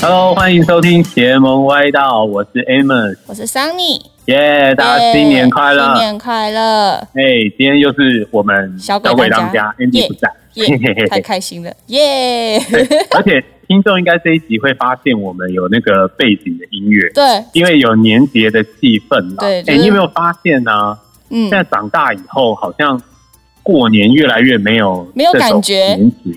Hello，欢迎收听邪门歪道，我是 Amos，我是 Sunny，耶大家新年快乐！新年 快乐！哎、今天又是我们小鬼鬼当当家家 Andy 耶不在，耶、太开心了，耶、对而且听众应该这一集会发现我们有那个背景的音乐，对，因为有年节的气氛啦。对哎、就是你有没有发现呢、啊？嗯现，在长大以后，好像过年越来越没有没有这种感觉年节。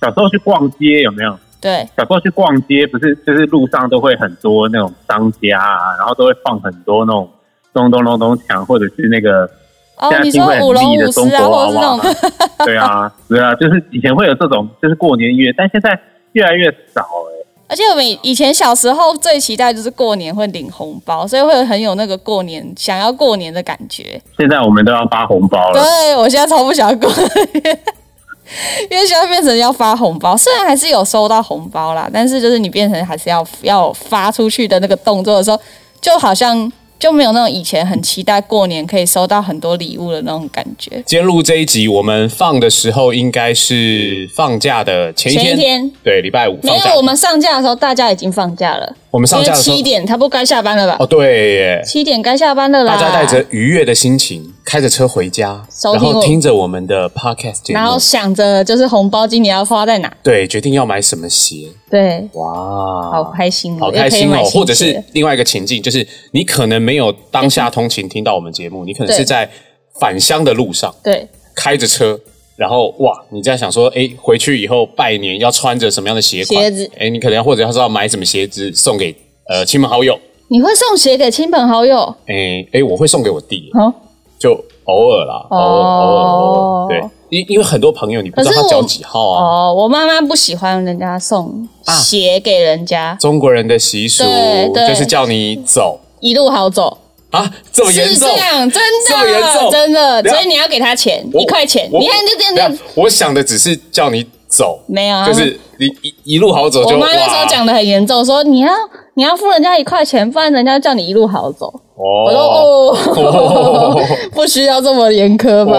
小时候去逛街有没有？对，小时候去逛街，不是就是路上都会很多那种商家啊，然后都会放很多那种咚咚咚咚锵，或者是那个哦，现在你听说会很舞龙腻的舞中狮啊，国娃或者是娃那种，啊，对 啊，对啊，就是以前会有这种，就是过年音乐，但现在越来越少哎、而且我们以前小时候最期待就是过年会领红包，所以会很有那个过年想要过年的感觉。现在我们都要发红包了，对啊我现在超不想过年， 因为现在变成要发红包，虽然还是有收到红包啦，但是就是你变成还是要要发出去的那个动作的时候，就好像就没有那种以前很期待过年可以收到很多礼物的那种感觉。今天录这一集，我们放的时候应该是放假的前一天，前一天对，礼拜五没放假。有，我们上架的时候大家已经放假了，我们因上为架的时候七，点差不多该下班了吧哦，？对耶，七点该下班了啦，大家带着愉悦的心情，开着车回家，收然听我后听着我们的 podcast 节目然，后想着就是红包今年要花在哪，对，决定要买什么鞋，对，哇，好开心哦，好开又心可以买哦！新鞋或者是另外一个情境，就是你可能没有当下通勤听到我们节目，你可能对是在返乡的路上对开着车，然后哇，你在想说，哎，回去以后拜年要穿着什么样的鞋款？鞋子哎，你可能要或者要知道买什么鞋子送给呃亲朋好友。你会送鞋给亲朋好友哎哎，我会送给我弟，哦。就偶尔啦，偶尔偶尔偶哦尔，对，因因为很多朋友你不知道可是他我交几号啊，哦，我妈妈不喜欢人家送鞋给人家，中国人的习俗对对就是叫你走一路好走，啊，这么严是重这。样，真这么严的，重真的，等下所以你要给他钱，我一块钱，我你看就这等样一下，我想的只是叫你走，没有啊，就是你一一路好走就。我妈那时候哇讲的很严重，说你要你要付人家一块钱，不然人家叫你一路好走。我说哦，哦， 不需要这么严苛吧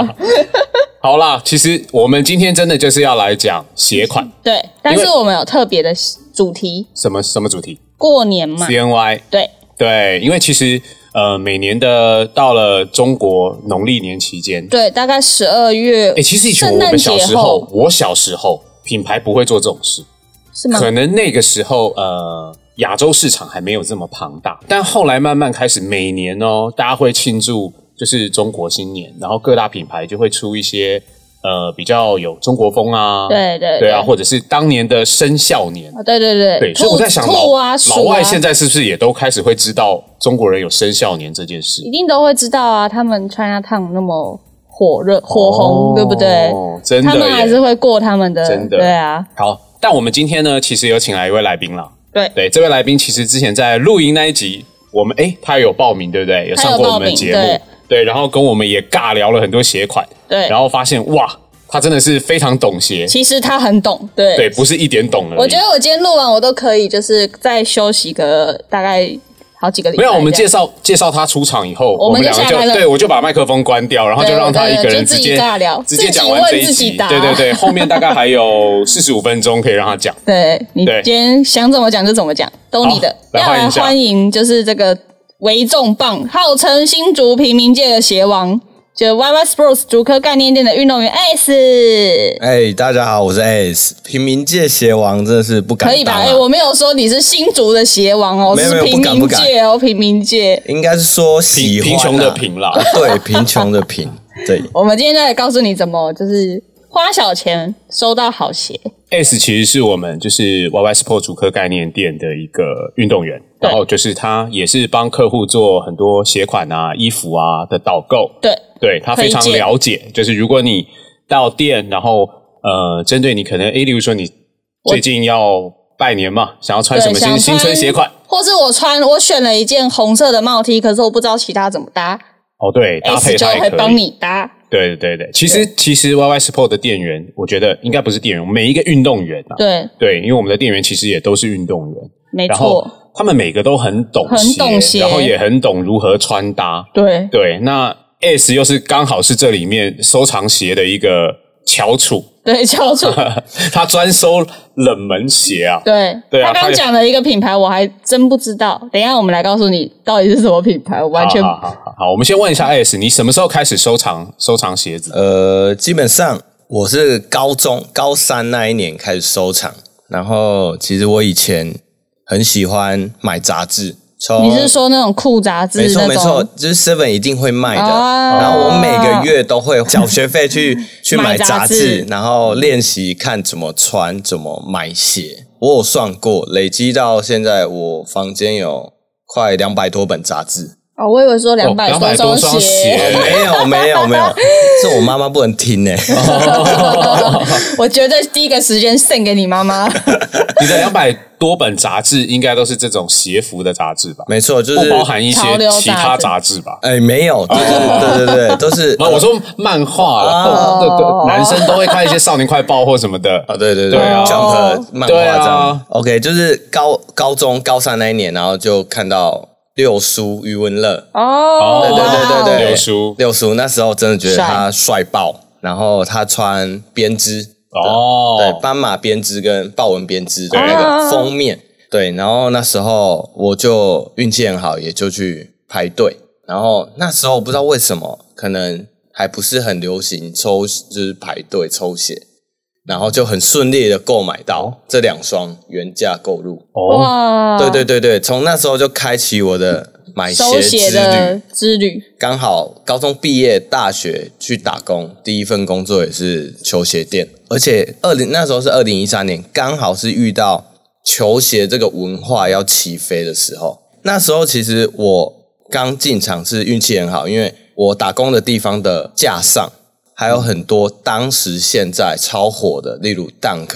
哇？ 好啦，其实我们今天真的就是要来讲鞋款，对，但是因为我们有特别的主题，什么什么主题过年嘛， ？CNY 对对，因为其实呃，每年的到了中国农历年期间，对，大概十二月，哎，其实以前圣我诞们小节时后候，我小时候品牌不会做这种事，是吗？可能那个时候呃，亚洲市场还没有这么庞大，但后来慢慢开始每年哦，大家会庆祝就是中国新年，然后各大品牌就会出一些呃比较有中国风啊，对对对啊，或者是当年的生肖年。啊，对对对，对，兔所以我在想兔老、啊，鼠老外啊现在是不是也都开始会知道中国人有生肖年这件事一？定都会知道啊，他们 China Town 那么火热火红，哦对不对？？真的他耶，们还是会过他们的，真的对啊，好，但我们今天呢，其实有请来一位来宾啦。对对，这位来宾其实之前在露营那一集，我们诶，他有报名，对不对？有上过我们的他节有报名目，对，然后跟我们也尬聊了很多鞋款，对。然后发现哇，他真的是非常懂鞋，其实他很懂，对。对，不是一点懂而已。我觉得我今天录完，我都可以就是再休息个大概好几个礼拜没这有，样。我们介绍介绍他出场以后，我我们们就两个下来了就对我就把麦克风关掉，然后就让他一个对对人对就自直己接尬聊直接讲完这一自己问自己集。答对 对对，后面大概还有四十五分钟可以让他讲。对你对今天想怎么讲就怎么讲，都你的。好来要欢迎来一下欢迎就是这个为重磅，号称新竹平民界的鞋王，就 YY Sports 竹科概念店的运动员 S。哎、大家好，我是 S，平民界鞋王真的是不敢可以吧？当啊哎、我没有说你是新竹的鞋王哦，没有是没有平不敢民不敢界哦，平民界。应该是说喜贫贫欢、啊、穷的，贫啦，对，贫穷的贫， 对，我们今天就来告诉你怎么就是花小钱收到好鞋。 S 其实是我们就是 YY Sport 主科概念店的一个运动员，对然后就是他也是帮客户做很多鞋款啊、衣服啊的导购，对对他非常推荐了解。就是如果你到店，然后呃，针对你可能诶，例如说你我最近要拜年嘛，想要穿对什么想新穿新春鞋款？或是我穿我选了一件红色的帽 T，可是我不知道其他怎么搭哦，对，搭，S 配就他也会可以帮你搭。对对对对，其实其实 YY Sport 的店员，我觉得应该不是店员，每一个运动员啊，对，对，因为我们的店员其实也都是运动员。没然后错，他们每个都很懂很懂鞋然后也很懂如何穿搭。对对，那 S 又是刚好是这里面收藏鞋的一个翘楚，对，翘 楚，他专收冷门鞋啊。对，对啊他刚他刚有讲了一个品牌，我还真不知道。等一下我们来告诉你到底是什么品牌，我完全好好好好好，我们先问一下 S，你什么时候开始收藏收藏鞋子？呃，基本上我是高中高三那一年开始收藏，然后其实我以前很喜欢买杂志，从你是说那种酷杂志没那错种？没错，就是 Seven 一定会卖的。哦然后我每个月都会 缴学费去去买买杂杂志志，然后练习看怎么穿、怎么买鞋。我有算过，累积到现在，我房间有快两百多本杂志。哦，我以为说两百200多双双鞋没有没有没有，这我妈妈不能听欸呢、 我绝对第一个时间献给你妈妈。 你的两百多本杂志应该都是这种鞋服的杂志吧？没错，就不是包含一潮流些杂志其他杂志吧？哎、没有，对对对对对，都是啊，我说漫画啦，哦对对对，男生都会看一些少年快报或什么的。啊，对对对啊，Jump 漫画对啊这样。OK，就是高高中高三那一年，然后就看到六叔余文乐，哦，对对对对对，六叔六叔那时候真的觉得他帅爆，然后他穿编织，对，哦，斑马编织跟豹纹编织哦的对那个封面，对，然后那时候我就运气很好，也就去排队，然后那时候不知道为什么，可能还不是很流行抽，就是排队抽血。然后就很顺利的购买到这两双原价购入，哦哦，哇，对对对对，从那时候就开启我的买收鞋鞋之的旅。之旅，刚好高中毕业，大学去打工，第一份工作也是球鞋店，而且二零那时候是二零一三年，刚好是遇到球鞋这个文化要起飞的时候。那时候其实我刚进场是运气很好，因为我打工的地方的架上还有很多当时现在超火的，例如 Dunk、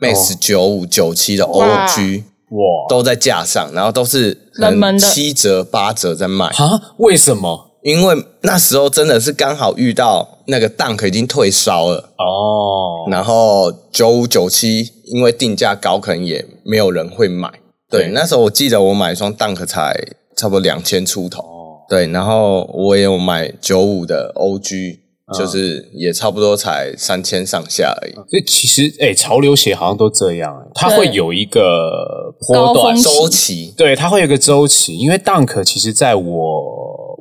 Max 九五九七的哇 OG。哇都在架上，然后都是冷门的七折八折在卖，啊，为什么？因为那时候真的是刚好遇到那个 Dunk 已经退烧了，哦，然后九五九七因为定价高，可能也没有人会买。对，对那时候我记得我买一双 Dunk 才差不多两千出头，哦对，然后我也有买九五的 OG，、就是嗯也差不多才三千上下而已。所以其实，哎、潮流鞋好像都这样、哎它对会有一个波高峰，段期周期对，它会有一个周期。因为 Dunk 其实在我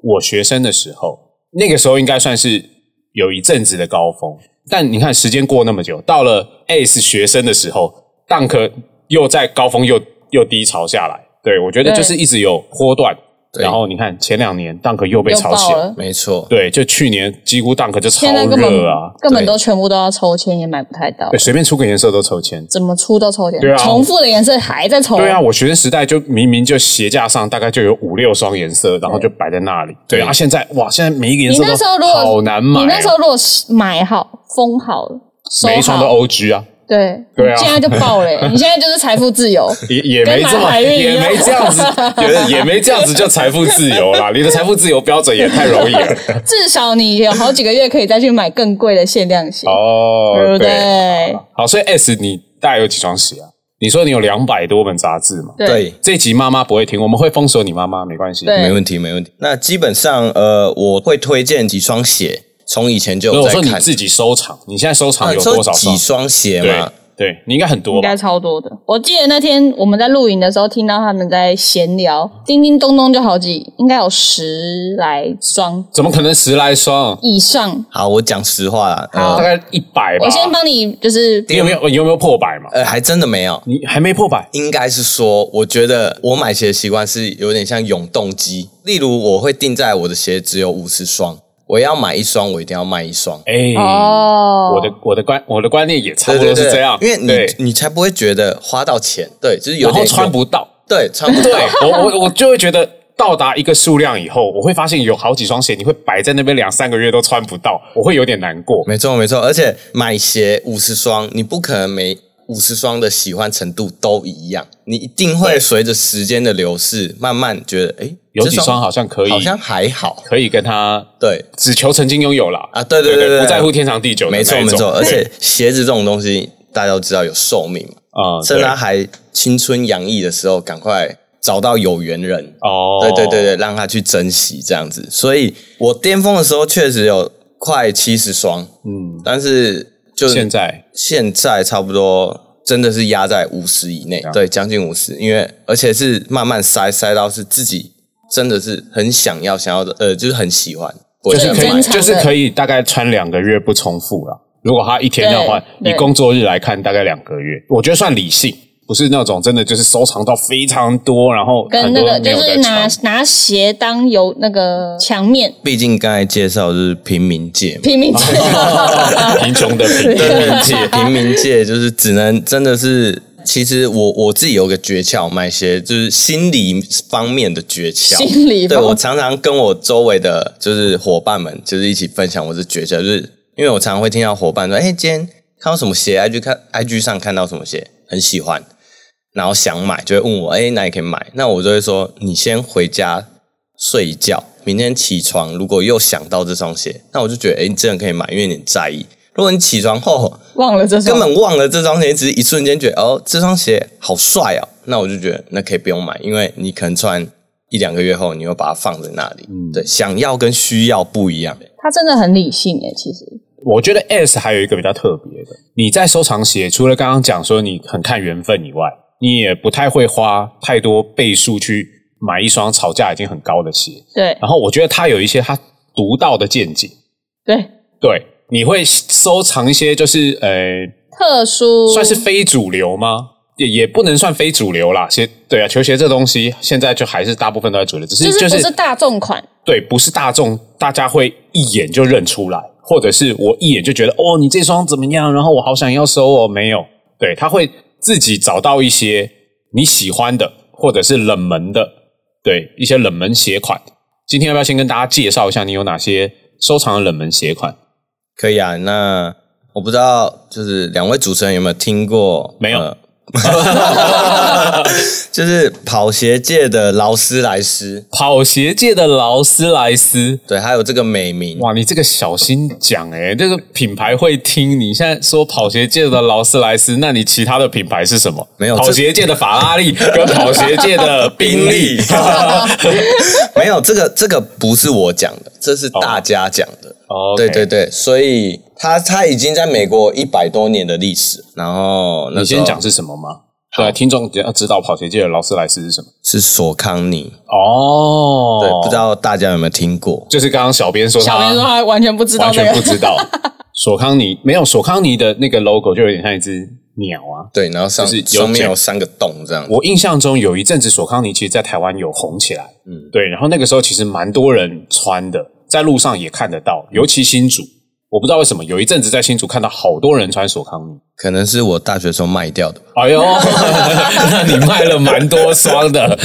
我学生的时候，那个时候应该算是有一阵子的高峰。但你看时间过那么久，到了 S 学生的时候，Dunk 又在高峰又又低潮下来。对我觉得对就是一直有波段。对然后你看前两年 Dunk 又被又炒起爆来，了。没错，对，就去年几乎 Dunk 就超现在根本热啊，根本对都全部都要抽签，也买不太到对，，随便出个颜色都抽签。怎么出都抽签对啊，重复的颜色还在抽。对啊，我学生时代就明明就鞋架上大概就有五六双颜色，然后就摆在那里。对啊，现在哇，现在每一个颜你色那时候都如果好难买哦。你那时候如果是买好、封好、收每一双都好， OG 啊，对对啊现在就爆 嘞！你现在就是财富自由，也也没这跟买么海运一也样没这 样子，也也没这样子就财富自由啦。你的财富自由标准也太容易了至少你有好几个月可以再去买更贵的限量鞋，哦对不对，对？好，所以 S 你大概有几双鞋啊？你说你有两百多本杂志嘛？对，这集妈妈不会听，我们会封锁你妈妈，没关系。对没问题，没问题。那基本上，呃，我会推荐几双鞋，从以前就如有果在说你看。自己收藏，你现在收啊藏你有说多少双几？双鞋对嘛？对，你应该很多应吧该？超多的。我记得那天我们在录影的时候，听到他们在闲聊，叮叮咚咚就好几，应该有十来双怎么可能十来双？以上。好，我讲实话啦，好大呃，概一百吧。我先帮你，就是你有没有你有没有破百嘛？呃，还真的没有。你还没破百应该是说，我觉得我买鞋的习惯是有点像永动机。例如，我会定在我的鞋只有五十双，我要买一双，我一定要卖一双。哎。哦，我的我的观我的观念也差对不对多是对，这样，因为对你你才不会觉得花到钱，对，就是有然后点穿不到，对穿不对到，我我我就会觉得到达一个数量以后，我会发现有好几双鞋你会摆在那边两三个月都穿不到，我会有点难过。没错没错，而且买鞋五十双，你不可能每五十双的喜欢程度都一样，你一定会随着时间的流逝，慢慢觉得，哎，有几这双好像可以，好像还好，可以跟他对，只求曾经拥有啦。啊对对对对对不在乎天长地久的那没一错种，没错，而对且鞋子这种东西大家都知道有寿命嘛，啊，趁对他还青春洋溢的时候，赶快找到有缘人，哦，对对对对，让他去珍惜这样子。所以我巅峰的时候确实有快七十双，嗯，但是就现在现在差不多真的是压在五十以内啊，对，将近五十，因为而且是慢慢塞塞到是自己真的是很想要想要的，呃，就是很喜欢，不就会是再可正以，买常的就是可以大概穿两个月不重复了。如果他一天要换，对以对工作日来看，大概两个月，我觉得算理性，不是那种真的就是收藏到非常多，然后跟很那多个没就有是在拿穿。拿鞋当油那个墙面毕竟刚才介绍就是平民界嘛，拼命吃， 贫穷的贫，平民界，平民界就是只能真的是，其实我我自己有个诀窍，买鞋就是心理方面的诀窍。心理对方我常常跟我周围的就是伙伴们，就是一起分享我的诀窍，就是因为我常常会听到伙伴说：“哎、今天看到什么鞋？IG 看 IG 上看到什么鞋，很喜欢，然后想买，就会问我：哎、哪里可以买？那我就会说：你先回家睡一觉，明天起床如果又想到这双鞋，那我就觉得，哎、你真的可以买，因为你很在意。如果你起床后忘了这根种。本忘了这双鞋，只是一瞬间觉得，哦，这双鞋好帅哦，那我就觉得那可以不用买，因为你可能穿一两个月后，你又把它放在那里。嗯对，想要跟需要不一样。他真的很理性诶，其实我觉得 S 还有一个比较特别的，你在收藏鞋，除了刚刚讲说你很看缘分以外，你也不太会花太多倍数去买一双吵价已经很高的鞋。对然后我觉得他有一些他独到的见解，对，对，你会收藏一些就是呃，特殊算是非主流吗？也也不能算非主流啦，鞋对啊，球鞋这东西现在就还是大部分都在主流，只是就就是是、不是大众款，对，不是大众，大家会一眼就认出来，或者是我一眼就觉得哦，你这双怎么样？然后我好想要收哦，没有，对，他会自己找到一些你喜欢的，或者是冷门的，对，一些冷门鞋款。今天要不要先跟大家介绍一下你有哪些收藏的冷门鞋款？可以啊，那我不知道，就是两位主持人有没有听过？没有呃 就是跑鞋界的劳斯莱斯，跑鞋界的劳斯莱斯，对，还有这个美名。哇，你这个小心讲诶、这个品牌会听。你现在说跑鞋界的劳斯莱斯，那你其他的品牌是什么？没有跑这鞋界的法拉 利跟跑鞋界的宾利。哦没有，这个这个不是我讲的，这是大家讲的。哦对对，对，所以它它已经在美国一百多年的历史。然后那你时候先讲是什么吗？对，听众要知道跑鞋界的劳斯莱斯是什么。是索康尼，哦，对，不知，道大家有没有听过？就是刚刚小编说小明说他他完全不知道完这全个不，知道索康尼没有索康尼的那个 logo 就有点像一只鸟啊。对，然后上就是有上面讲有三个洞这样。我印象中有一阵子索康尼其实在台湾有红起来，嗯嗯，对，然后那个时候其实蛮多人穿的，在路上也看得到，尤其新竹，我不知道为什么有一阵子在新竹看到好多人穿索康尼。可能是我大学时候卖掉的吧，哎 呦，那你卖了蛮多双的，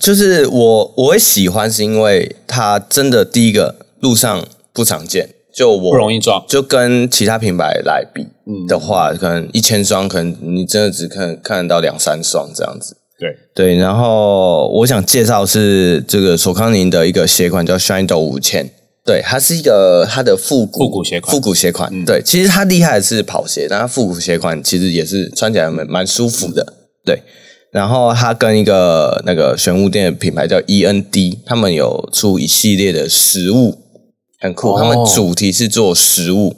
就是我我会喜欢是因为它真的第一个路上不常见，就我不容易嗯撞。就跟其他品牌来比的话，可能一千双，可能你真的只看看得到两三双这样子。对对，然后我想介绍是这个索康宁的一个鞋款叫 Shine Do 五千，对，它是一个它的复古复古鞋款嗯复古鞋款。对，其实它厉害的是跑鞋，但它复古鞋款其实也是穿起来蛮蛮舒服的。对，然后它跟一个那个玄武店的品牌叫 END，他们有出一系列的食物，很酷。哦他们主题是做食物，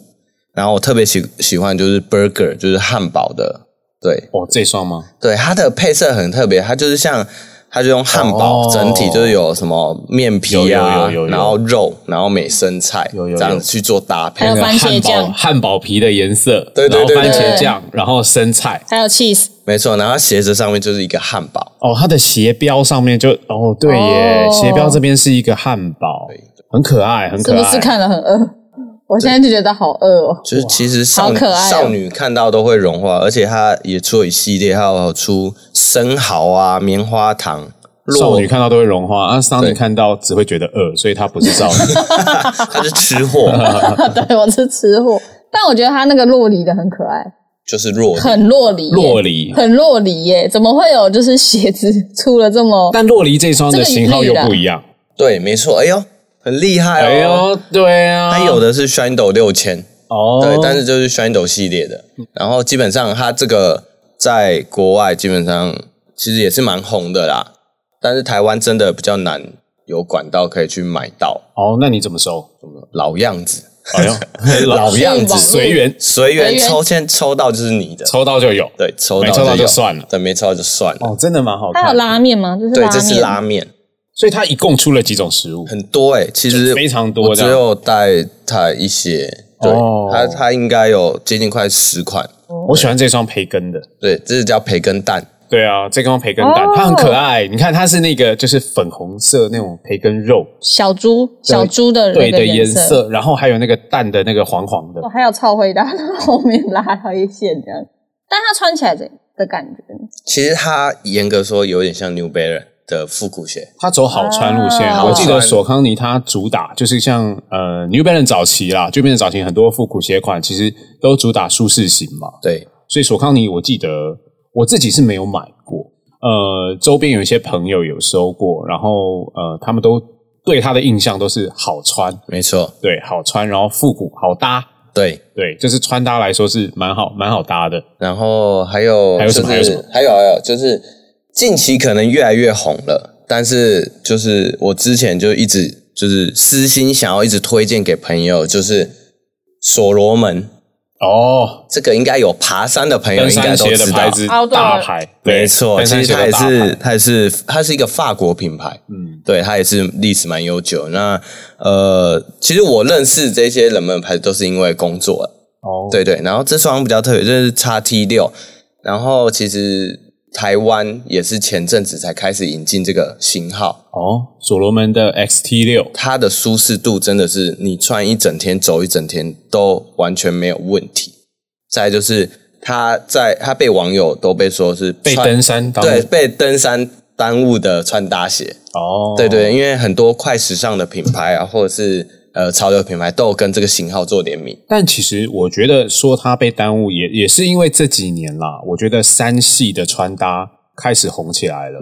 然后我特别喜喜欢就是 burger，就是汉堡的。对，哦，这双吗？对，它的配色很特别，它就是像，它就用汉堡、哦整体就是有什么面皮有有啊，有有有然后肉，然后美生菜，有有有这样子去做搭配还。有番汉茄堡酱，嗯汉堡皮的颜色，对对对然后番对茄对酱，然后生菜。还有 cheese，没错，然后它鞋子上面就是一个汉堡，哦，它的鞋标上面就哦，对耶，哦鞋标这边是一个汉堡，很可爱，很是可不爱。是看了很饿？我现在就觉得好饿哦。就是其实好少女、可爱哦少女看到都会融化，而且它也出了一系列，还有出生蚝啊、棉花糖、少洛女，看到都会融化，啊，桑尼对看到只会觉得饿，所以她不是 少女。它是吃货， 对，我是吃货，但我觉得他那个洛梨的很可爱，就是弱女。很洛梨耶，洛梨，很洛梨耶，怎么会有就是鞋子出了这么？但洛梨这双的型号又不一样。对，没错，哎呦，很厉害哦。哎呦，对啊，它有的是 s h i n d o 六千，哦，对，但是就是 s h i n d o 系列的，然后基本上它这个在国外基本上其实也是蛮红的啦，但是台湾真的比较难有管道可以去买到哦，那你怎么收？ 老样子，哎呦，老样子，随缘，随随缘缘抽签抽到就是你的，抽到就有。对，抽没到抽到有就算了对，没抽到就算了。哦，真的蛮好还有看。拉面吗？这是对，拉这是面。拉面，所以它一共出了几种食物？很多哎、其实非常多我只这样有带他一些，对，哦他他应该有接近快十款，我喜欢这双培根的。对，这是叫培根蛋，对啊，这双培根蛋哦，它很可爱。你看，它是那个就是粉红色那种培根肉，小猪，小猪的对那的个颜颜。色，然后还有那个蛋的那个黄黄的我。还有超回答，后面拉到一线这样，但它穿起来的的感觉，其实它严格说有点像 New Balance 的复古鞋，它走好穿路线，啊我记得索康尼它主打就是像呃 New Balance 早期啦，New Balance 早期很多复古鞋款其实都主打舒适型嘛，对，所以索康尼我记得我自己是没有买过，呃，周边有一些朋友有收过，然后呃，他们都对它的印象都是好穿，没错，对，好穿，然后复古好搭，对。对，就是穿搭来说是蛮好蛮好搭的，然后还有还有什就么是还有什么还有还有就是近期可能越来越红了，但是就是我之前就一直就是私心想要一直推荐给朋友，就是所罗门哦，这个应该有爬山的朋友登应山该都鞋的知牌道。子哦对大牌，对没错，登山其实鞋它的也大牌是，它也是，它是一个法国品牌，嗯，对，它也是历史蛮悠久。那呃，其实我认识这些冷门牌子都是因为工作了，哦，对对。然后这双比较特别，就是 x T 六，然后其实台湾也是前阵子才开始引进这个型号，哦，所罗门的 XT 六。它的舒适度真的是你穿一整天、走一整天都完全没有问题。再来就是它在它被网友都被说是被穿登山当对被登山耽误的穿搭鞋。哦，对对，因为很多快时尚的品牌啊，或者是呃潮流品牌都有跟这个型号做联名。但其实我觉得说它被耽误也也是因为这几年啦，我觉得山系的穿搭开始红起来了。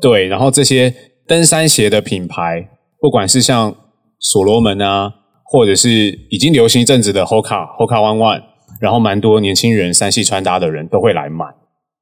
对，然后这些登山鞋的品牌，不管是像所罗门啊，或者是已经流行一阵子的 Hoka、Hoka One One，然后蛮多年轻人山系穿搭的人都会来买。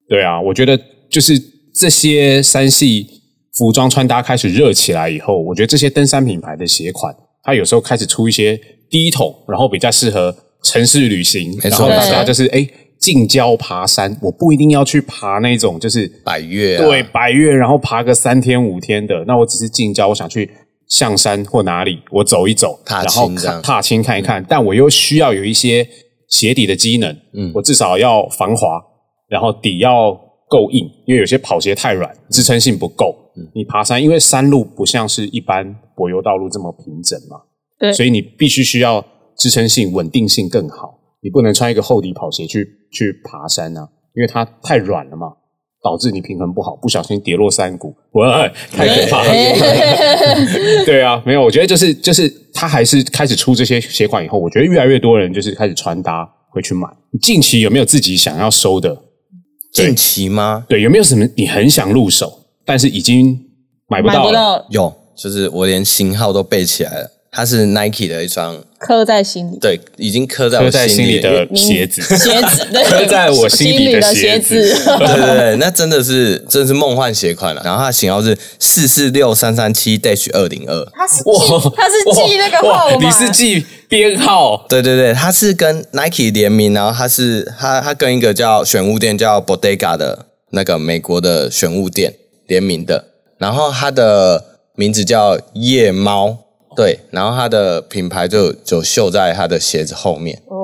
对啊，我觉得就是这些山系服装穿搭开始热起来以后，我觉得这些登山品牌的鞋款，它有时候开始出一些低筒，然后比较适合城市旅行，没然错后大没家错就是哎近郊爬山，我不一定要去爬那种就是百越、啊，对，百越，然后爬个三天五天的。那我只是近郊，我想去象山或哪里，我走一走，踏然后青这看样踏青看一看。但我又需要有一些鞋底的机能，嗯我至少要防滑，然后底要够硬，因为有些跑鞋太软，嗯支撑性不够。你爬山，因为山路不像是一般柏油道路这么平整嘛，对所以你必须需要支撑性、稳定性更好。你不能穿一个厚底跑鞋去去爬山啊，因为它太软了嘛，导致你平衡不好，不小心跌落山谷，喂，太可怕了。 对啊，没有，我觉得就是就是，它还是开始出这些鞋款以后，我觉得越来越多人就是开始穿搭会去买。你近期有没有自己想要收的？近期吗？对，有没有什么你很想入手，但是已经买不买到不了？到，有，就是我连型号都背起来了。它是 Nike 的一双，刻在心里。对，已经刻在刻我在心里里的鞋子，鞋子，刻在我心心底的的鞋子， 对对对，那真的是真的是梦幻鞋款了、然后它的型号是四四六三三七 dash 二零二，他是哇记，他是记那个哇号码，哦你是记编号对对对，它是跟 Nike 联名，然后它是它它跟一个叫选物店叫 Bodega 的那个美国的选物店联名的，然后它的名字叫夜猫，对，然后它的品牌就就绣在它的鞋子后面，哦，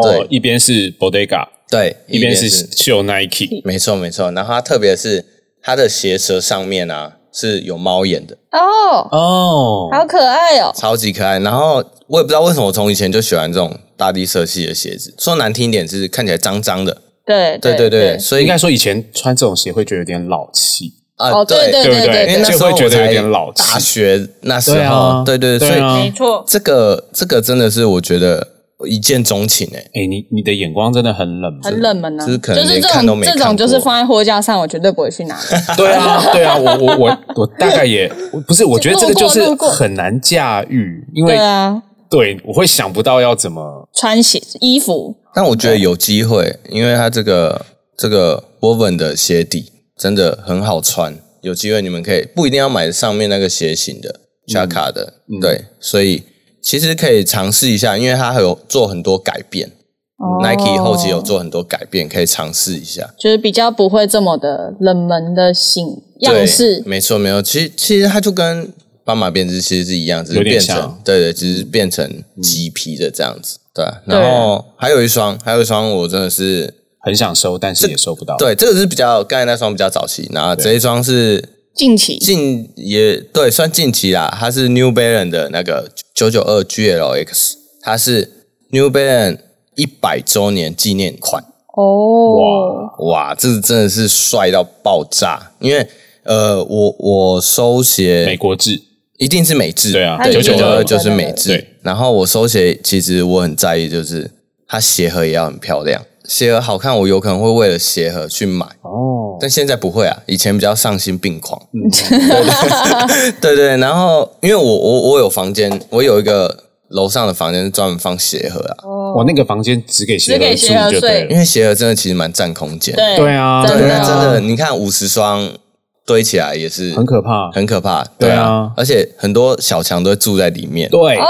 哦对，一边是 Bodega，对，一边是秀 Nike，没错没错，然后它特别是它的鞋舌上面啊是有猫眼的，哦，哦好可爱哦，超级可爱。然后我也不知道为什么我从以前就喜欢这种大地色系的鞋子，说难听一点是看起来脏脏的，对对对对对，所以应该说以前穿这种鞋会觉得有点老气，啊、哦对对对不对因为那就时候会我觉得有才点老气。大学那时候，对啊对对对所以、啊没错，这个这个真的是我觉得一见钟情哎、哎，你你的眼光真的很冷，很冷门啊，就是可能就是这连看都种没这看种就是过放在货架上，我绝对不会去拿的。 对啊，对啊，我我我我大 概也我不是，我觉得这个就是路过很难驾驭，因对为啊，对我会想不到要怎么穿鞋衣服但我觉得有机会，因为它这个这个 woven 的鞋底真的很好穿，嗯有机会你们可以不一定要买上面那个鞋型的下卡的，对，所以其实可以尝试一下，因为它还有做很多改变、哦 n i k e 后期有做很多改变，可以尝试一下。就是比较不会这么的冷门的形样对，式。没错没错。其实其实它就跟斑马编织其实是一样，只是有点变像成对对，只是变成麂皮的这样子。对啊，对然后还有一双，还有一双我真的是很想收，但是也收不到。，对，这个是比较刚才那双比较早期，然后这一双是近期近也对，算近期啦。它是 New Balance 的那个九九二 GLX，它是 New Balance 一百周年纪念款。哦，哇，这个真的是帅到爆炸！因为呃，我我收美鞋国制，一定是美制，对啊对九九992二就是美对制。然后我收鞋，其实我很在意，就是它鞋盒也要很漂亮。鞋盒好看，我有可能会为了鞋盒去买，哦，嗯但现在不会啊，以前比较丧心病狂。 对对对对，然后因为我我我有房间，我有一个楼上的房间是专门放鞋盒啊，我那个房间只给鞋哦只给盒鞋盒住就对睡因了。为鞋盒真的其实蛮占空间。对对啊，真对，的那真的，你看五十双堆起来也是很可怕。很可怕，对啊对啊，而且很多小强都会住在里面，对， 哦，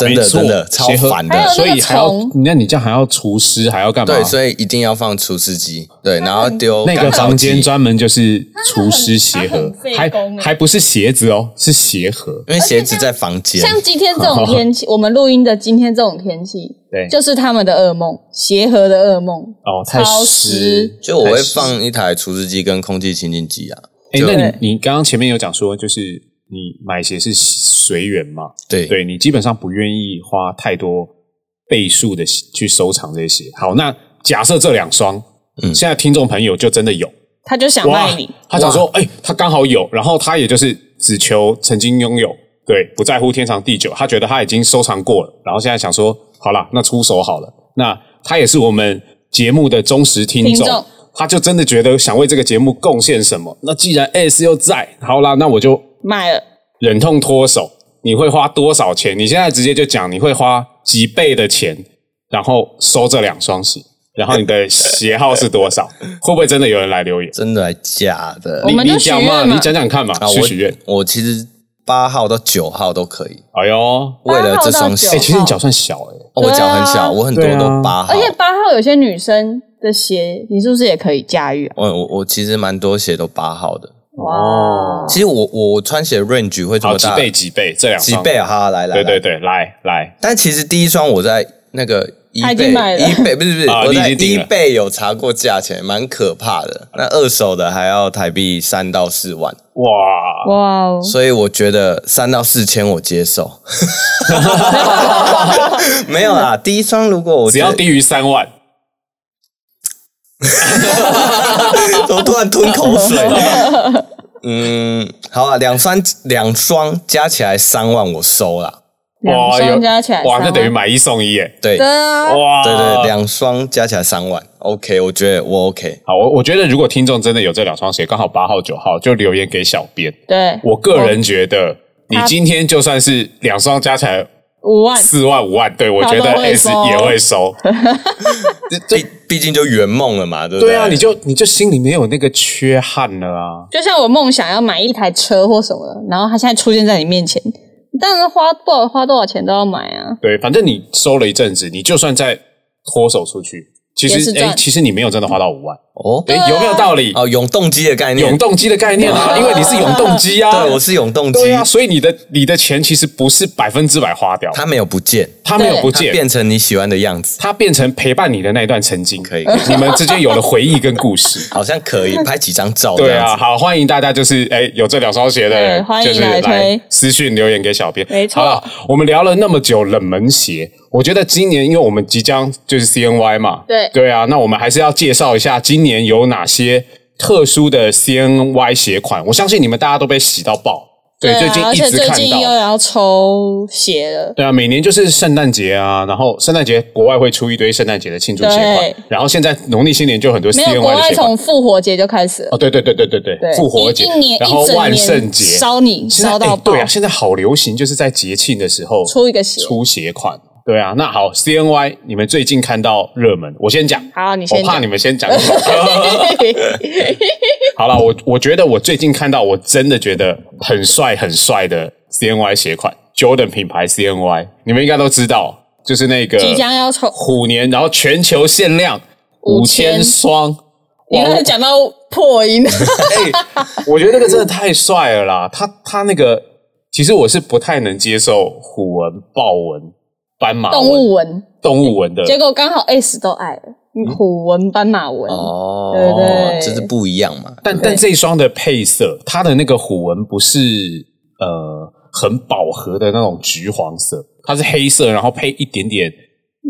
真的没错真的超鞋盒烦还有的。所以还要那个，那你这样还要除湿，还要干嘛？对，所以一定要放除湿机，对，然后丢那个干燥房间剂专门就是除湿鞋盒它很它很，费还工欸还不是鞋子哦，是鞋盒。因为鞋子在房间，像今天这种天气，我们录音的今天这种天气，对，就是他们的噩梦，鞋盒的噩梦。哦，太超湿湿，就我太会湿。放一台除湿机跟空气清净机啊，哎，就那对你你刚刚前面有讲说，就是你买鞋是随缘嘛？对对你基本上不愿意花太多倍数的去收藏这些鞋。好，那假设这两双，嗯现在听众朋友就真的有他就想卖你，他想说，哎、他刚好有，然后他也就是只求曾经拥有，对，不在乎天长地久。他觉得他已经收藏过了，然后现在想说，好啦，那出手好了。那他也是我们节目的忠实听听众。众他就真的觉得想为这个节目贡献什么，那既然 S 又在，好啦，那我就卖了，忍痛脱手，你会花多少钱？你现在直接就讲，你会花几倍的钱，然后收这两双鞋，然后你的鞋号是多少？会不会真的有人来留言？真的还假的？我你们就你讲许嘛，愿嘛你讲讲看嘛，啊，许许愿。我我其实八号到九号都可以，哎呦，为了这双八鞋号到九哎，其实你脚算小哎，哦我脚很对啊小，我很多对啊都八号而。且八号有些女生的鞋，你是不是也可以驾驭啊？我我我其实蛮多鞋都八号的，哦哇，其实我我穿鞋 range 会这好么几大，倍几倍，这两几双倍啊！哈，来来，对对来。对，来来，但其实第一双我在那个一他已倍经买了一倍不是不是，啊我你已在经定一了倍有查过价钱，蛮可怕的。那二手的还要台币三到四万，哦哇，哇哦，所以我觉得三到四千我 接受。没有啦，第一双如果我只觉得要低于三万，怎么突然吞 口水？嗯，好啊，两双两双加起来三万，我收啦。两哇，有双加起来，哇，三那万等于买一送一哎，对对对啊，哇，对，两双加起来三万，OK，我觉得我 OK。好，我我觉得如果听众真的有这两双鞋，刚好八号九号，就留言给小编。对，我个人觉哦得，你今天就算是两双加起来五万，四万五万，对我觉得他都会 S 收也会收。毕毕竟就圆梦了嘛， 对不对对？啊，你就你就心里没有那个缺憾了啊。就像我梦想要买一台车或什么的，然后它现在出现在你面前，你当然花不管花多少钱都要买啊。对，反正你收了一阵子，你就算再脱手出去，其也是实哎、赚啊其实你没有真的花到五万，哦哎、有没有道理？哦，永动机的概念，永动机的概念啊，因为你是永动机啊， 对，我是永动机对，啊，所以你的你的钱其实不是百分之百花掉，它没有不见，它没有对不它见，变成你喜欢的样子，它变成陪伴你的那一段曾经，可以可。你们之间有了回忆跟故事好像可以拍几张哦照这对样啊，子。好，欢迎大家就是哎，有这两双鞋的对人，欢迎就是来来推私讯留言给小编。没错好了，我们聊了那么久冷门鞋，我觉得今年因为我们即将就是 CNY 嘛，对对啊，那我们还是要介绍一下今年有哪些特殊的 CNY 鞋款。我相信你们大家都被洗到爆，对，最近啊，而一且直最看近又到。要抽鞋了，对啊，每年就是圣诞节啊，然后圣诞节国外会出一堆圣诞节的庆祝鞋款对，然后现在农历新年就有很多没 CNY 有国的外鞋款从。复活节就开始了，哦，对对对对对对，对，复活节一一年，然后一整万圣年节，烧你现在烧到哎爆，对啊，现在好流行，就是在节庆的时候出一个鞋。出鞋款。对啊，那好，CNY，你们最近看到热门，我先讲。好你先我怕讲你们先讲。 好了，我我觉得我最近看到我真的觉得很帅很帅的 CNY 鞋款， Jordan 品牌 CNY，你们应该都知道，就是那个 即将要抽虎年，然后全球限量五五千千双。你刚才讲到破音，我觉得那个真的太帅了啦！他他那个，其实我是不太能接受虎纹、豹纹、斑马 动物纹，动物纹的。结果刚好 S 都爱了，嗯虎纹、斑马纹，哦，对对这是不一样嘛。但但这一双的配色，它的那个虎纹不是呃很饱和的那种橘黄色，它是黑色，然后配一点点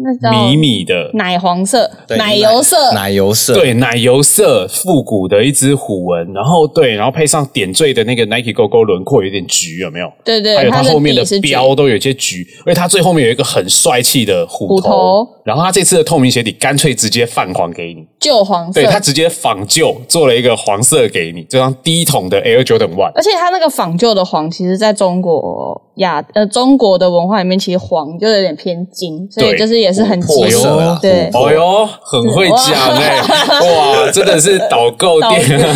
那叫米米的，奶黄色、对奶油色，奶油色，，对奶油色复古的一只虎纹，然后对，然后配上点缀的那个 Nike GO GO 轮廓有点橘，有没有？对对，还有它它后面的的底是橘标都有一些橘，而且它最后面有一个很帅气的虎头，虎头然后它这次的透明鞋底干脆直接泛黄给你，旧黄色对，，它直接仿旧做了一个黄色给你，这双低筒的 Air Jordan One。而且它那个仿旧的黄，其实在中国亚呃中国的文化里面，其实黄就有点偏金，所以对就是也是很琥金珀色啊，对琥珀哦哟，很会讲哎、哇，真的是 导购店。啊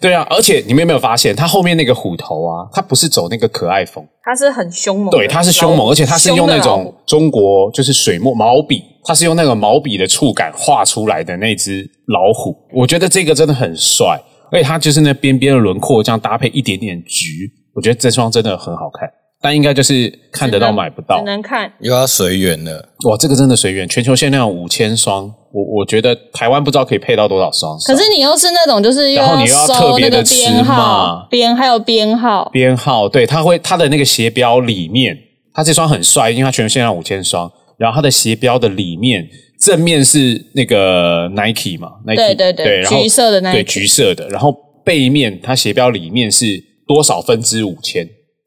对啊，而且你们有没有发现，它后面那个虎头啊，它不是走那个可爱风，它是很凶猛的老虎，对，它是凶猛，而且它是凶用那的老虎种中国就是水墨毛笔，它是用那个毛笔的触感画出来的那只老虎，我觉得这个真的很帅，而且它就是那边边的轮廓这样搭配一点点橘，我觉得这双真的很好看，但应该就是看得到买不到只，能看又要随缘了。哇，这个真的随缘，全球限量五千双，我我觉得台湾不知道可以配到多少双，可是你又是那种就是又然后你又要特收那别个地吃编号嘛编还有编号，编号，对，它会它的那个鞋标里面，它这双很帅，因为它全球限量五千双，然后它的鞋标的里面正面是那个 Nike 嘛对，Nike 对对然后橘色的 Nike 对橘色的，然后背面它鞋标里面是多少分之五千，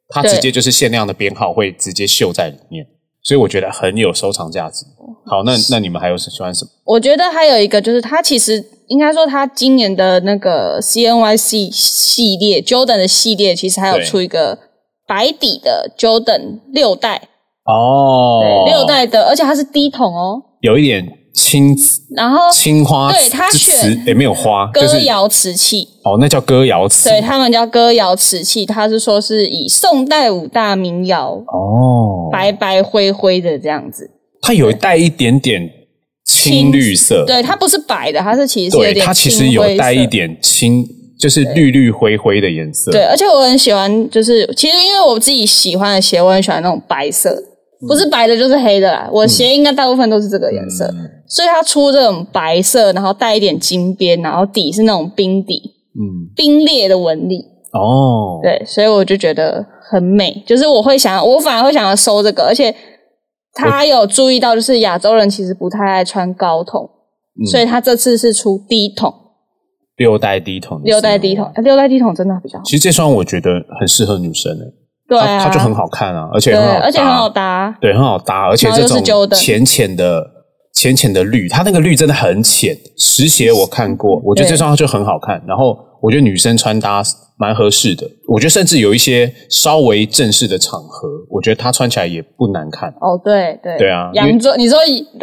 它对直接就是限量的编号会直接绣在里面，所以我觉得很有收藏价值。哦好，那那你们还有喜欢什么？我觉得还有一个就是，它其实应该说，它今年的那个 CNY 系系列 Jordan 的系列，其实还有对出一个白底的 Jordan 六代，哦，对，六代的，而且它是低筒哦。有一点青紫然后青花哦对瓷，它就选瓷也没有花，啊就歌是谣瓷器，哦，那叫歌谣瓷，对他们叫歌谣瓷器，它是说是以宋代五大民谣哦，白白灰灰的这样子，它有带一点点青绿色，对，它不是白的，它是其实是有对，点它其实青有灰带色一点青，就是绿绿灰灰的颜色。对，，而且我很喜欢，就是其实因为我自己喜欢的鞋，我很喜欢那种白色，不是白的就是黑的嗯啦。我鞋应该大部分都是这个颜色，所以它出这种白色，然后带一点金边，然后底是那种冰底嗯，冰裂的纹理，哦，对，所以我就觉得很美。就是我会想，我反而会想要收这个，而且他有注意到，就是亚洲人其实不太爱穿高筒，嗯所以他这次是出低筒，六代低筒，六代低筒，。嗯哎六代低筒真的比较好，其实这双我觉得很适合女生诶、对啊，它它就很好看啊，而且对，而且很好搭，很好搭。对，很好搭，而且这然后又种是 Jordan 浅浅的、浅浅的绿，它那个绿真的很浅。实鞋我看过，我觉得对这双就很好看。然后我觉得女生穿搭蛮合适的，我觉得甚至有一些稍微正式的场合，我觉得它穿起来也不难看。哦，对对对啊因洋为装，你说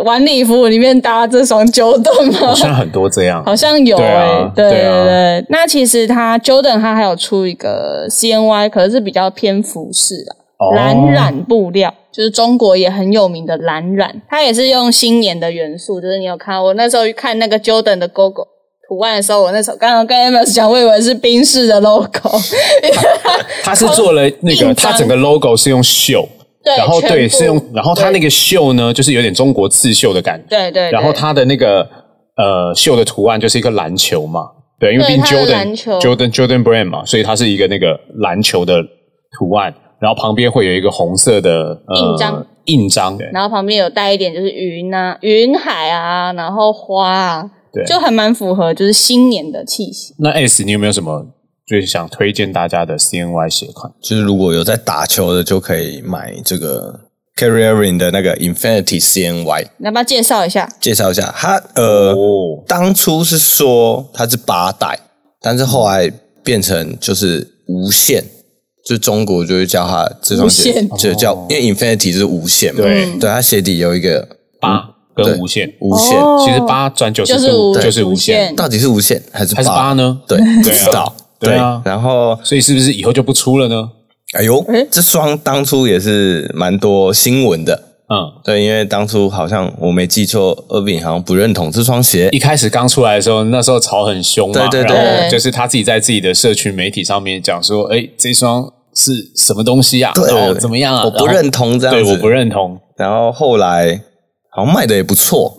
晚礼服里面搭这双 Jordan 好 吗？像很多这样， 好像有对哎、啊对对啊对。那其实它 Jordan 它还有出一个 CNY，可是比较偏服饰啦，哦蓝染布料，就是中国也很有名的蓝染，它也是用新年的元素，就是你有看我那时候看那个 Jordan 的 GoGo。图案的时候，我那时候刚刚跟 Amos 讲，我以为是宾士的 logo， 它是做了那印章个，它整个 logo 是用绣，对，然后全对部是用，然后它对那个绣呢，就是有点中国刺绣的感觉。对对，然后对它的那个呃绣的图案就是一个篮球嘛，对，因为对毕竟它的篮 Jordan 球 Jordan Jordan Brand 嘛，所以它是一个那个篮球的图案，然后旁边会有一个红色的、呃、印章，印章，然后旁边有带一点就是云啊、云海啊，然后花啊，对。就还蛮符合就是新年的气息。那 S，你有没有什么最想推荐大家的 CNY 鞋款？就是如果有在打球的，就可以买这个 Carrierin 的那个 Infinity CNY。你要不要介绍一下？介绍一下，它呃，哦当初是说它是八代，但是后来变成就是无限，就中国就会叫它这双无鞋限就叫，因为 Infinity 就是无限哦嘛，对对，它鞋底有一个八对跟无限，无限，哦其实八转九就十是度无就是无无限，限到底是无限还是还是八呢？对，不对啊知道，对啊然后所以是不是以后就不出了呢？哎呦，哎这双当初也是蛮多新闻的。嗯，对，因为当初好像我没记错，厄炳好像不认同这双鞋一。开始刚出来的时候，那时候吵很凶嘛，对对对然后就是他自己在自己的社群媒体上面讲说，哎，这双是什么东西啊？对然后怎么样啊？我不认同这然样后，子。对，我不。认同。然后后来好像卖的也 不错，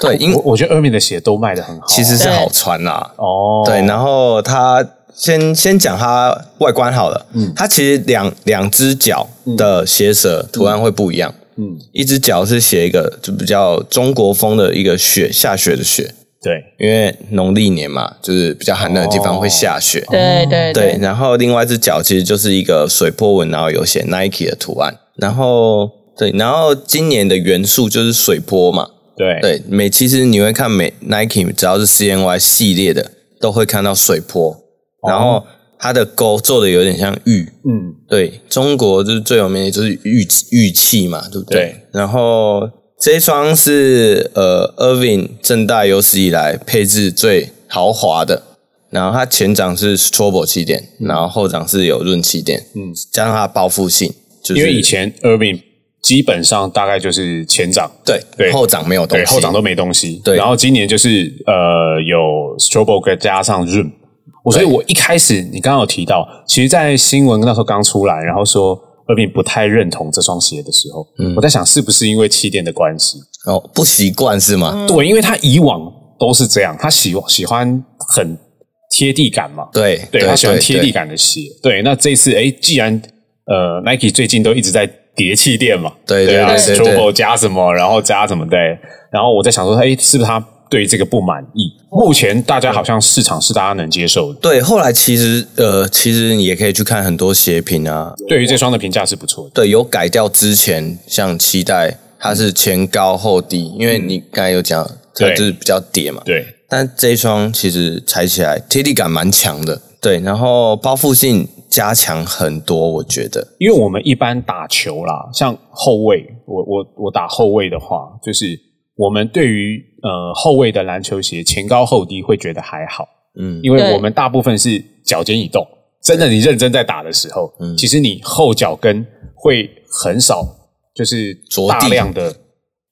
对，因我我觉得 Ermin 的鞋都卖的很好，嗯啊其实是好穿啦、哦，对，然后它先先讲它外观好了，嗯，它其实两两只脚的鞋舌图案会不一样，嗯，一只脚是写一个就比较中国风的一个雪，下雪的雪，对，因为农历年嘛，就是比较寒冷的地方会下雪，嗯对哦对对，，然后另外一只脚其实就是一个水波纹，然后有写 Nike 的图案，然后对，然后今年的元素就是水波嘛，对，对，每其实你会看每 Nike 只要是 CNY 系列的，都会看到水波，然后它的勾做的有点像玉。哦嗯，对，中国就是最有名的就是玉玉器嘛，对不对？对然后这一双是呃 Irving 正大有史以来配置最豪华的，然后它前掌是 Strobo 气垫，嗯然后后掌是有润气垫，嗯，加上它的包覆性，就是因为以前 Ermin 基本上大概就是前掌对对后掌没有东对西，后掌都没东西，对然后今年就是呃有 Strobo 加上 Room，我所以我一开始你刚刚有提到，其实，在新闻那时候刚出来，然后说。二饼不太认同这双鞋的时候，嗯我在想是不是因为气垫的关系？哦不习惯是吗？对，因为他以往都是这样，他喜喜欢很贴地感嘛，对对他喜欢对贴地感的鞋。对，那这一次哎，既然呃 Nike 最近都一直在叠气垫嘛，对对对啊对 s 对 t r o b o 加什么，然后加什么对，然后我在想说，哎，是不是他对这个不满意？目前大家好像市场是大家能接受的，对，后来其实呃，其实你也可以去看很多鞋评啊，对于这双的评价是不错的。对，有改掉之前像期待它是前高后低，因为你刚才有讲嗯它对就是比较叠嘛，对，但这一双其实踩起来贴地感蛮强的，对，然后包覆性加强很多，我觉得因为我们一般打球啦，像后卫，我我我打后卫的话，就是我们对于呃后卫的篮球鞋前高后低会觉得还好，嗯因为对我们大部分是脚尖移动。真的，你认真在打的时候，嗯其实你后脚跟会很少，就是着地大量的。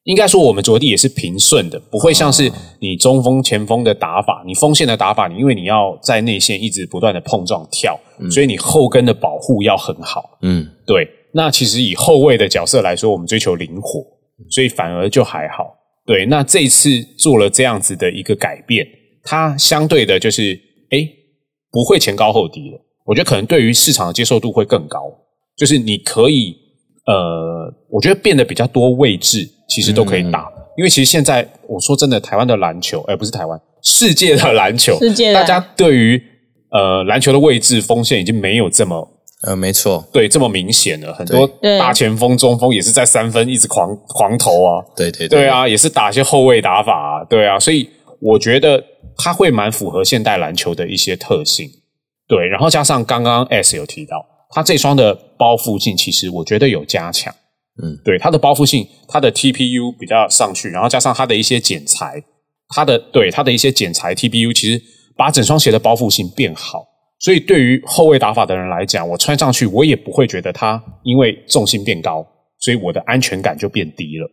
应该说，我们着地也是平顺的，不会像啊是你中锋、前锋的打法，你锋线的打法，你因为你要在内线一直不断的碰撞跳，所以你后跟的保护要很好。嗯，对，那其实以后卫的角色来说，我们追求灵活，所以反而就还好。对，那这一次做了这样子的一个改变，它相对的就是，哎，不会前高后低了。我觉得可能对于市场的接受度会更高，就是你可以，呃，我觉得变得比较多位置，其实都可以打。因为其实现在我说真的，台湾的篮球，哎、不是台湾，世界的篮球，世界的大家对于呃篮球的位置锋线已经没有这么呃，没错，对这么明显了，很多对大前锋、中锋也是在三分一直狂狂投啊，对对对，啊，也是打一些后卫打法啊，对啊，所以我觉得它会蛮符合现代篮球的一些特性，对，然后加上刚刚 S 有提到，它这双的包覆性其实我觉得有加强，嗯，对，它的包覆性，它的 TPU 比较上去，然后加上它的一些剪裁，它的对它的一些剪裁 TPU，其实把整双鞋的包覆性变好。所以对于后卫打法的人来讲，我穿上去我也不会觉得它因为重心变高，所以我的安全感就变低了。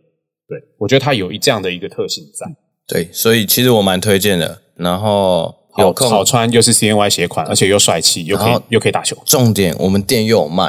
对我觉得它有一这样的一个特性在，嗯对，所以其实我蛮推荐的，然后有好空好穿又是 CNY 鞋款，而且又帅气，又可然以后哦又可以打球。重点我们店又 有卖，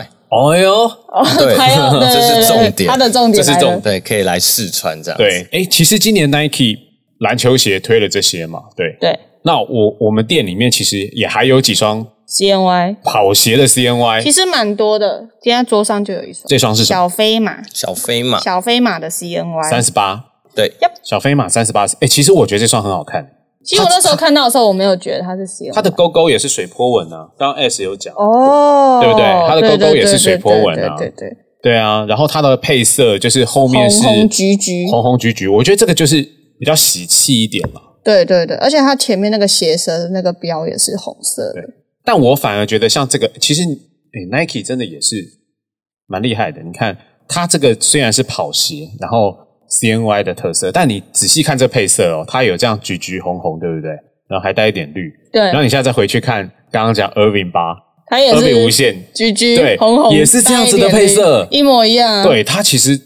哎呦，对，还有 对 这对是对重他点，的重点这是来重了对，可以来试穿这样，对，哎，其实今年 Nike 篮球鞋推了这些嘛，对，对那我我们店里面其实也还有几双 CNY，跑鞋的 CNY，其实蛮多的，今天桌上就有一双这双是什么？小飞马，小飞马，小飞马的 CNY，三十八，对，小飞马三十八。哎，其实我觉得这双很好看，其实我那时候看到的时候，我没有觉得它是 CNY，它的勾勾也是水波纹啊，刚刚 S 有讲，哦，对不对它的勾勾对对也是水波纹啊对对对对对对啊，然后它的配色就是后面是红红橘橘红红橘橘，我觉得这个就是比较喜气一点嘛。对对对，而且它前面那个鞋舌的那个标也是红色的，但我反而觉得像这个，其实哎，Nike 真的也是蛮厉害的。你看它这个虽然是跑鞋，然后 CNY 的特色，但你仔细看这配色哦，它有这样橘橘红红，对不对？然后还带一点绿，对然后你现在再回去看刚刚讲 Irving 吧，它也河北是无限，橘橘对红红，也是这样子的配色带一点绿一模一样啊。对它其实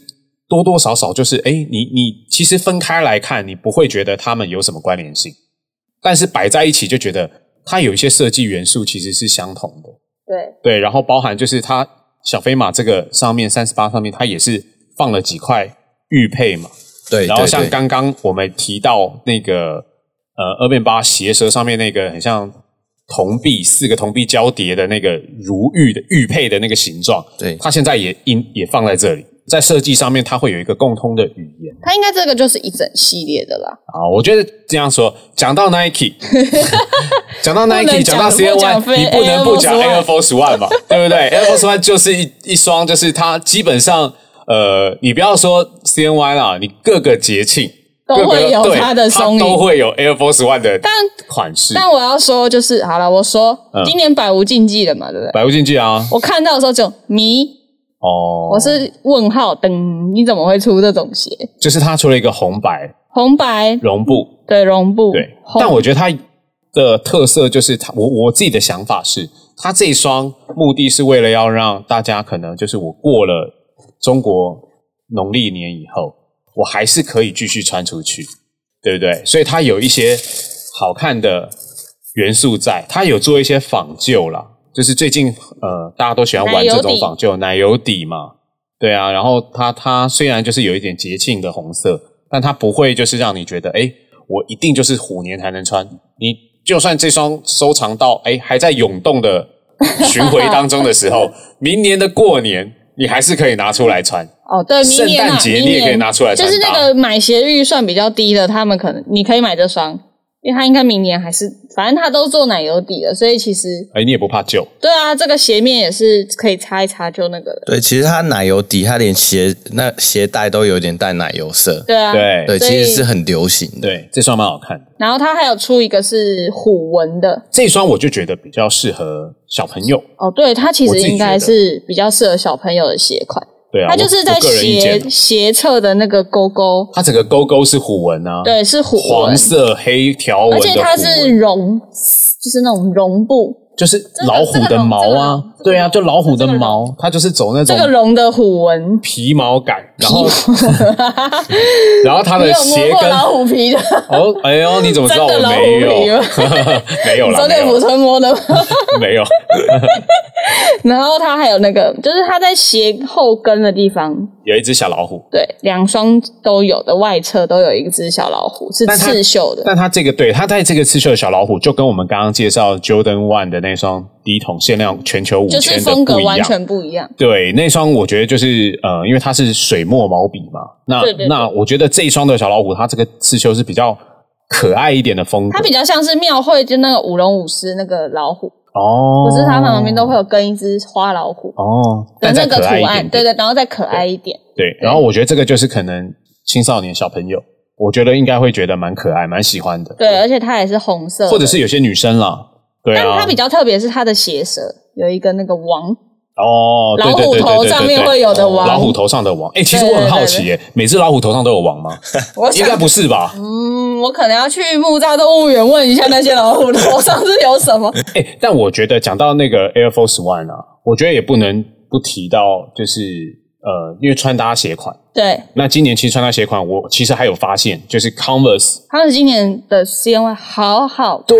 多多少少就是，哎，你你其实分开来看，你不会觉得它们有什么关联性，但是摆在一起就觉得它有一些设计元素其实是相同的。对对，然后包含就是它小飞马这个上面三十八上面，它也是放了几块玉佩嘛，对，然后对像对刚刚我们提到那个呃二变八斜舌上面那个很像铜币四个铜币交叠的那个如玉的玉佩的那个形状，对它现在也印也放在这里，在设计上面它会有一个共通的语言它应该这个就是一整系列的啦。啊。我觉得这样说，讲到 Nike，讲到不能 Nike，讲到讲 C N 不讲 Y，你不能不讲 Air Air Force One 嘛， 对不对？Air Force One 就是一一双，就是它基本上呃，你不要说 C N Y 啦，你各个节庆。都会有各个对它的踪影都会有 Air Force One 的但款式。但我要说，就是好了，我说、嗯今年百无禁忌了嘛，对不对？百无禁忌啊，我看到的时候就迷，哦，我是问号，等你怎么会出这种鞋？就是它除了一个红白红白绒布，对绒布，对，红但我觉得它的特色就是它，我我自己的想法是，它这一双目的是为了要让大家可能就是我过了中国农历年以后，我还是可以继续穿出去，对不对？所以它有一些好看的元素在，它有做一些仿旧啦，就是最近呃大家都喜欢玩奶油这种底仿旧奶油底嘛，对啊。然后它它虽然就是有一点节庆的红色，但它不会就是让你觉得哎，诶我一定就是虎年才能穿。你就算这双收藏到哎还在涌动的巡回当中的时 候，明年的过年你还是可以拿出来穿。哦，对，明圣年啊诞，节明你也年可以拿出来就穿是那搭个买鞋预算比较低的，他们可能你可以买这双，因为他应该明年还是，反正他都做奶油底了，所以其实哎，你也不怕旧，对啊，这个鞋面也是可以擦一擦就那个了。对，其实它奶油底，它连鞋那鞋带都有点带奶油色，对啊，对对，所以其实是很流行的。对，这双蛮好看的。然后他还有出一个是虎纹的这一双我就觉得比较适合小朋友，哦，对，它其我实自己应该觉得是比较适合小朋友的鞋款，对啊，它就我是在我个人意见鞋啊，鞋侧的那个勾勾，它整个勾勾是虎纹啊，，对，是虎纹黄，色黑条纹而的且虎它是纹，绒，就是那种绒布，就是老虎的毛啊，这个这个对啊，就老虎的这个毛，它就是走那这个种绒的虎纹，皮毛感，然后 然后它你的有摸鞋过跟老虎 皮的？哦，哎呦，你怎么知道我真的老虎没有皮吗？ 没有啦，周没队有补啦，充摸的吗？ 没有，然后它还有那个，就是它在鞋后跟的地方，有一只小老虎，对，两双都有的外侧都有一只小老虎，是但它刺绣的。但它这个对它在这个刺绣的小老虎，就跟我们刚刚介绍 Jordan One 的那双低筒限量全球五就是千的风格不一完样。全不一样。对，那双我觉得就是呃，因为它是水墨毛笔嘛，那对对对那我觉得这一双的小老虎，它这个刺绣是比较可爱一点的风格。它比较像是庙会，就那个舞龙舞狮那个老虎，哦，不是它旁边都会有跟一只花老虎哦，的但那再个可爱一图点案，点对对，然后再可爱一点。对。然后我觉得这个就是可能青少年小朋友，我觉得应该会觉得蛮可爱、蛮喜欢的，对，而且它也是红色的，或者是有些女生啦，对但啊，它比较特别是它的鞋舌有一个那个王，哦，对老对虎对对头对上对面对哦会有的王老虎头上的王，哎、其实对我对很好对奇、耶，每只老虎头上都有王吗？ 我应想该不 是吧？嗯，我可能要去木栅动物园问一下那些老虎头上是有什 么。哎、但我觉得讲到那个 Air Force One 啊，我觉得也不能不提到，就是呃，因为穿搭鞋款，对，那今年其实穿搭鞋款，我其实还有发现，就是 Converse，他们今年的 C N Y 好好看，，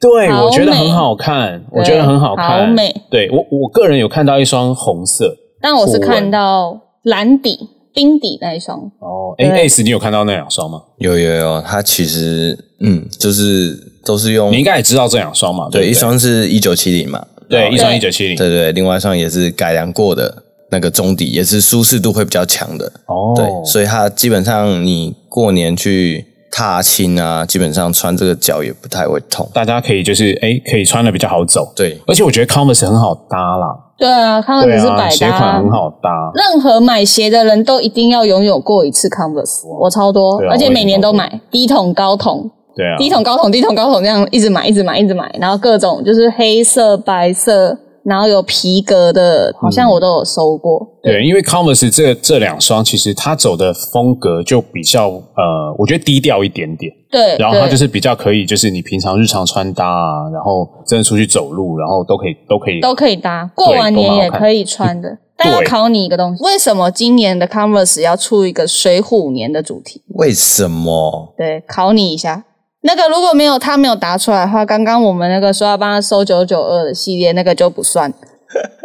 对，好我觉得美很好看，我对觉得很好看，好美。对我我个人有看到一双红色，但我是虎看纹到蓝底冰底那一双，哦，哎、对 S，你有看到那两双吗？有有有，它其实嗯，就是都是用你应该也知道这两双嘛，对不对，对，一双是一九七零嘛，对一双对一九七零，对对，另外一双也是改良过的，那个中底也是舒适度会比较强的，哦，对，所以它基本上你过年去踏青啊，基本上穿这个脚也不太会痛。大家可以就是哎，可以穿的比较好走。对，而且我觉得 Converse 很好搭啦，对啊，他们对只是啊，百鞋搭、款很好搭。任何买鞋的人都一定要拥有过一次 Converse，我超多，对啊而且我也每年都超多买低筒、高筒、对啊，低筒、高筒、低筒、高筒这样一直买，一直买，一直买，然后各种就是黑色、白色、然后有皮革的，好嗯像我都有收过。对，因为 Converse 这这两双，其实它走的风格就比较呃，我觉得低调一点点。对，然后它对就是比较可以，就是你平常日常穿搭啊，然后真的出去走路，然后都可以都可以。都可以搭，过完年也可以穿的。但要考你一个东西，为什么今年的 Converse 要出一个水虎年的主题？为什么？对，考你一下。那个如果没有他没有答出来的话，刚刚我们那个说要帮他收九九二的系列那个就不算。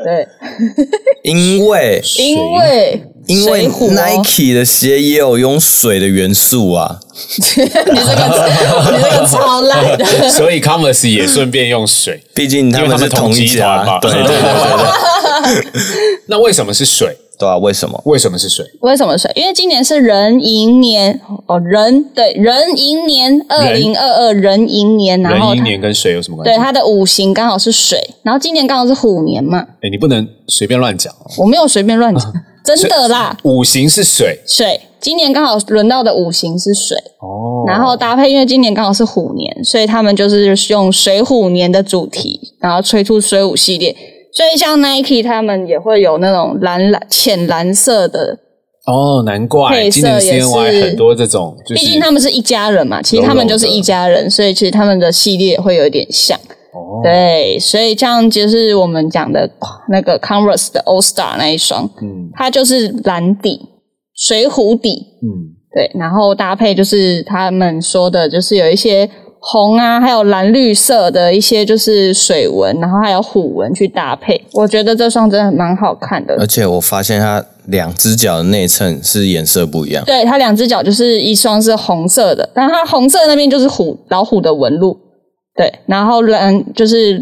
对， 因为因为因为水虎哦 Nike 的鞋也有用水的元素啊， 你这个你这个超烂 的，所以 Converse 也顺便用水。毕竟嗯他因为们他是们同一集团家嘛，对对对对 对，那为什么是水？对啊，为什么？为什么是水？为什么水？因为今年是壬寅年哦，壬对壬寅年，二零二二壬寅年，然人后一它年跟水有什么关对系？它的五行刚好是水，然后今年刚好是虎年嘛，哎，你不能随便乱讲哦。我没有随便乱讲，真的啦。五行是啊水水，今年刚好轮到的五行是水，哦然后搭配，因为今年刚好是虎年，所以他们就是用水虎年的主题，然后推出水舞系列。所以像 Nike 他们也会有那种蓝蓝浅蓝色的，哦，难怪配色今年也是 CNY 很多这种，就毕是竟他们是一家人嘛，其实他们就是一家人，所以其实他们的系列也会有一点像。哦对，所以这样就是我们讲的那个 Converse 的 All Star 那一双，嗯它就是蓝底水虎底，嗯对，然后搭配就是他们说的，就是有一些红啊，还有蓝绿色的一些就是水纹，然后还有虎纹去搭配。我觉得这双真的蛮好看的。而且我发现它两只脚的内衬是颜色不一样，对，它两只脚就是一双是红色的，但它红色那边就是虎老虎的纹路。对，然后蓝就是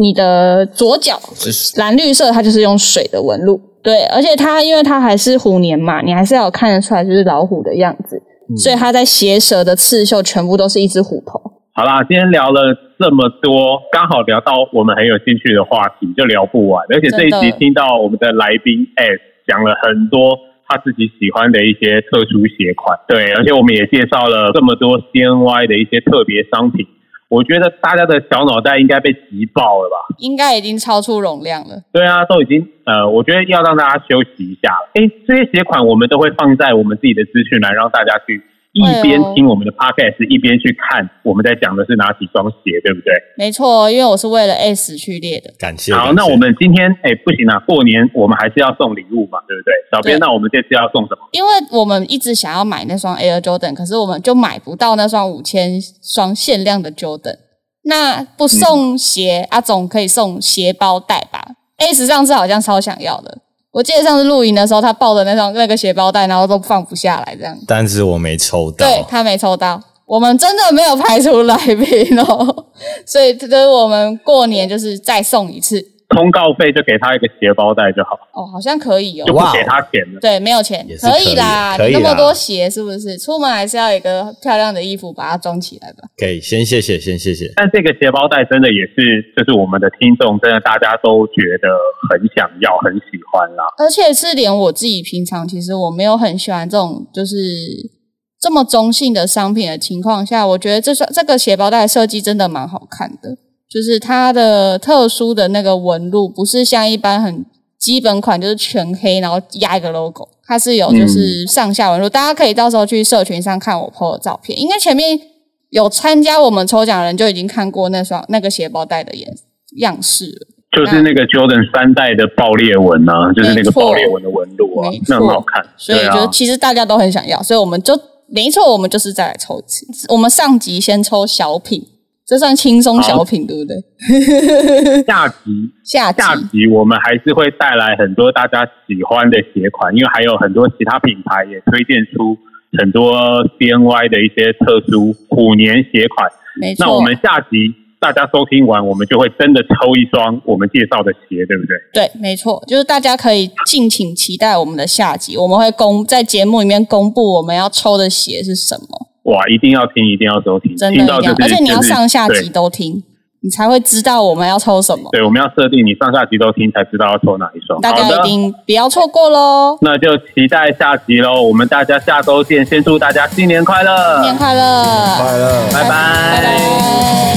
你的左脚就是蓝绿色，它就是用水的纹路。对，而且它因为它还是虎年嘛，你还是要有看得出来就是老虎的样子，所以它在鞋舌的刺绣全部都是一只虎头。好啦，今天聊了这么多，刚好聊到我们很有兴趣的话题，就聊不完。而且这一集真的听到我们的来宾 S 讲了很多他自己喜欢的一些特殊鞋款，对，而且我们也介绍了这么多 CNY 的一些特别商品。我觉得大家的小脑袋应该被挤爆了吧？应该已经超出容量了。对啊，都已经呃，我觉得要让大家休息一下。哎，这些鞋款我们都会放在我们自己的资讯栏，让大家去一边哦听我们的 podcast，、一边去看我们在讲的是哪几双鞋，对不对？没错，因为我是为了 S 去列的。感谢。感好，谢那我们今天哎不行啊，过年我们还是要送礼物嘛，对不对？小编，嗯对那我们这次要送什么？因为我们一直想要买那双 Air Jordan，可是我们就买不到那双五千双限量的 Jordan。那不送鞋，阿总可以送鞋包袋吧？S 上次好像超想要的，我记得上次露营的时候，他抱着那双那个鞋包袋，然后都放不下来，这样。但是我没抽到。对他没抽到，我们真的没有排除来 宾哦，所以这是我们过年就是再送一次通告费就给他一个鞋包袋就好，哦，好像可以哦，就不哇哦给他钱了。对，没有钱也是可可以啦，可以你那么啦多鞋是不是？出门还是要有一个漂亮的衣服把它装起来吧。可以，先谢谢，先谢谢。但这个鞋包袋真的也是，就是我们的听众真的大家都觉得很想要、很喜欢啦。而且是连我自己平常其实我没有很喜欢这种就是这么中性的商品的情况下，我觉得这双这个鞋包袋的设计真的蛮好看的，就是它的特殊的那个纹路不是像一般很基本款就是全黑，然后压一个 logo，它是有就是上下纹路，大家可以到时候去社群上看我 PO 的照片，应该前面有参加我们抽奖的人就已经看过那双那个鞋包袋的颜样式了。嗯就是那个 Jordan 三代的爆裂纹啊，就是那个爆裂纹的纹路啊没错，那很好看。所以对就是啊，其实大家都很想要，所以我们就没错，我们就是再来抽一次。我们上集先抽小品，这算轻松小品对不对？下集下集下集我们还是会带来很多大家喜欢的鞋款，因为还有很多其他品牌也推荐出很多 CNY 的一些特殊虎年鞋款。没那我错，们下集大家收听完，我们就会真的抽一双我们介绍的鞋，对不对？对，没错，就是大家可以敬请期待我们的下集，我们会公在节目里面公布我们要抽的鞋是什么，哇，一定要听，一定要收听，真的听一到定就要，是而且你要就是上下对集哦都听，你才会知道我们要抽什么，对，我们要设定你上下集都听，才知道要抽哪一双。大好家的一定不要错过喽！那就期待下集喽，我们大家下周见，先祝大家新年快乐，新年快乐，乐。拜拜拜拜。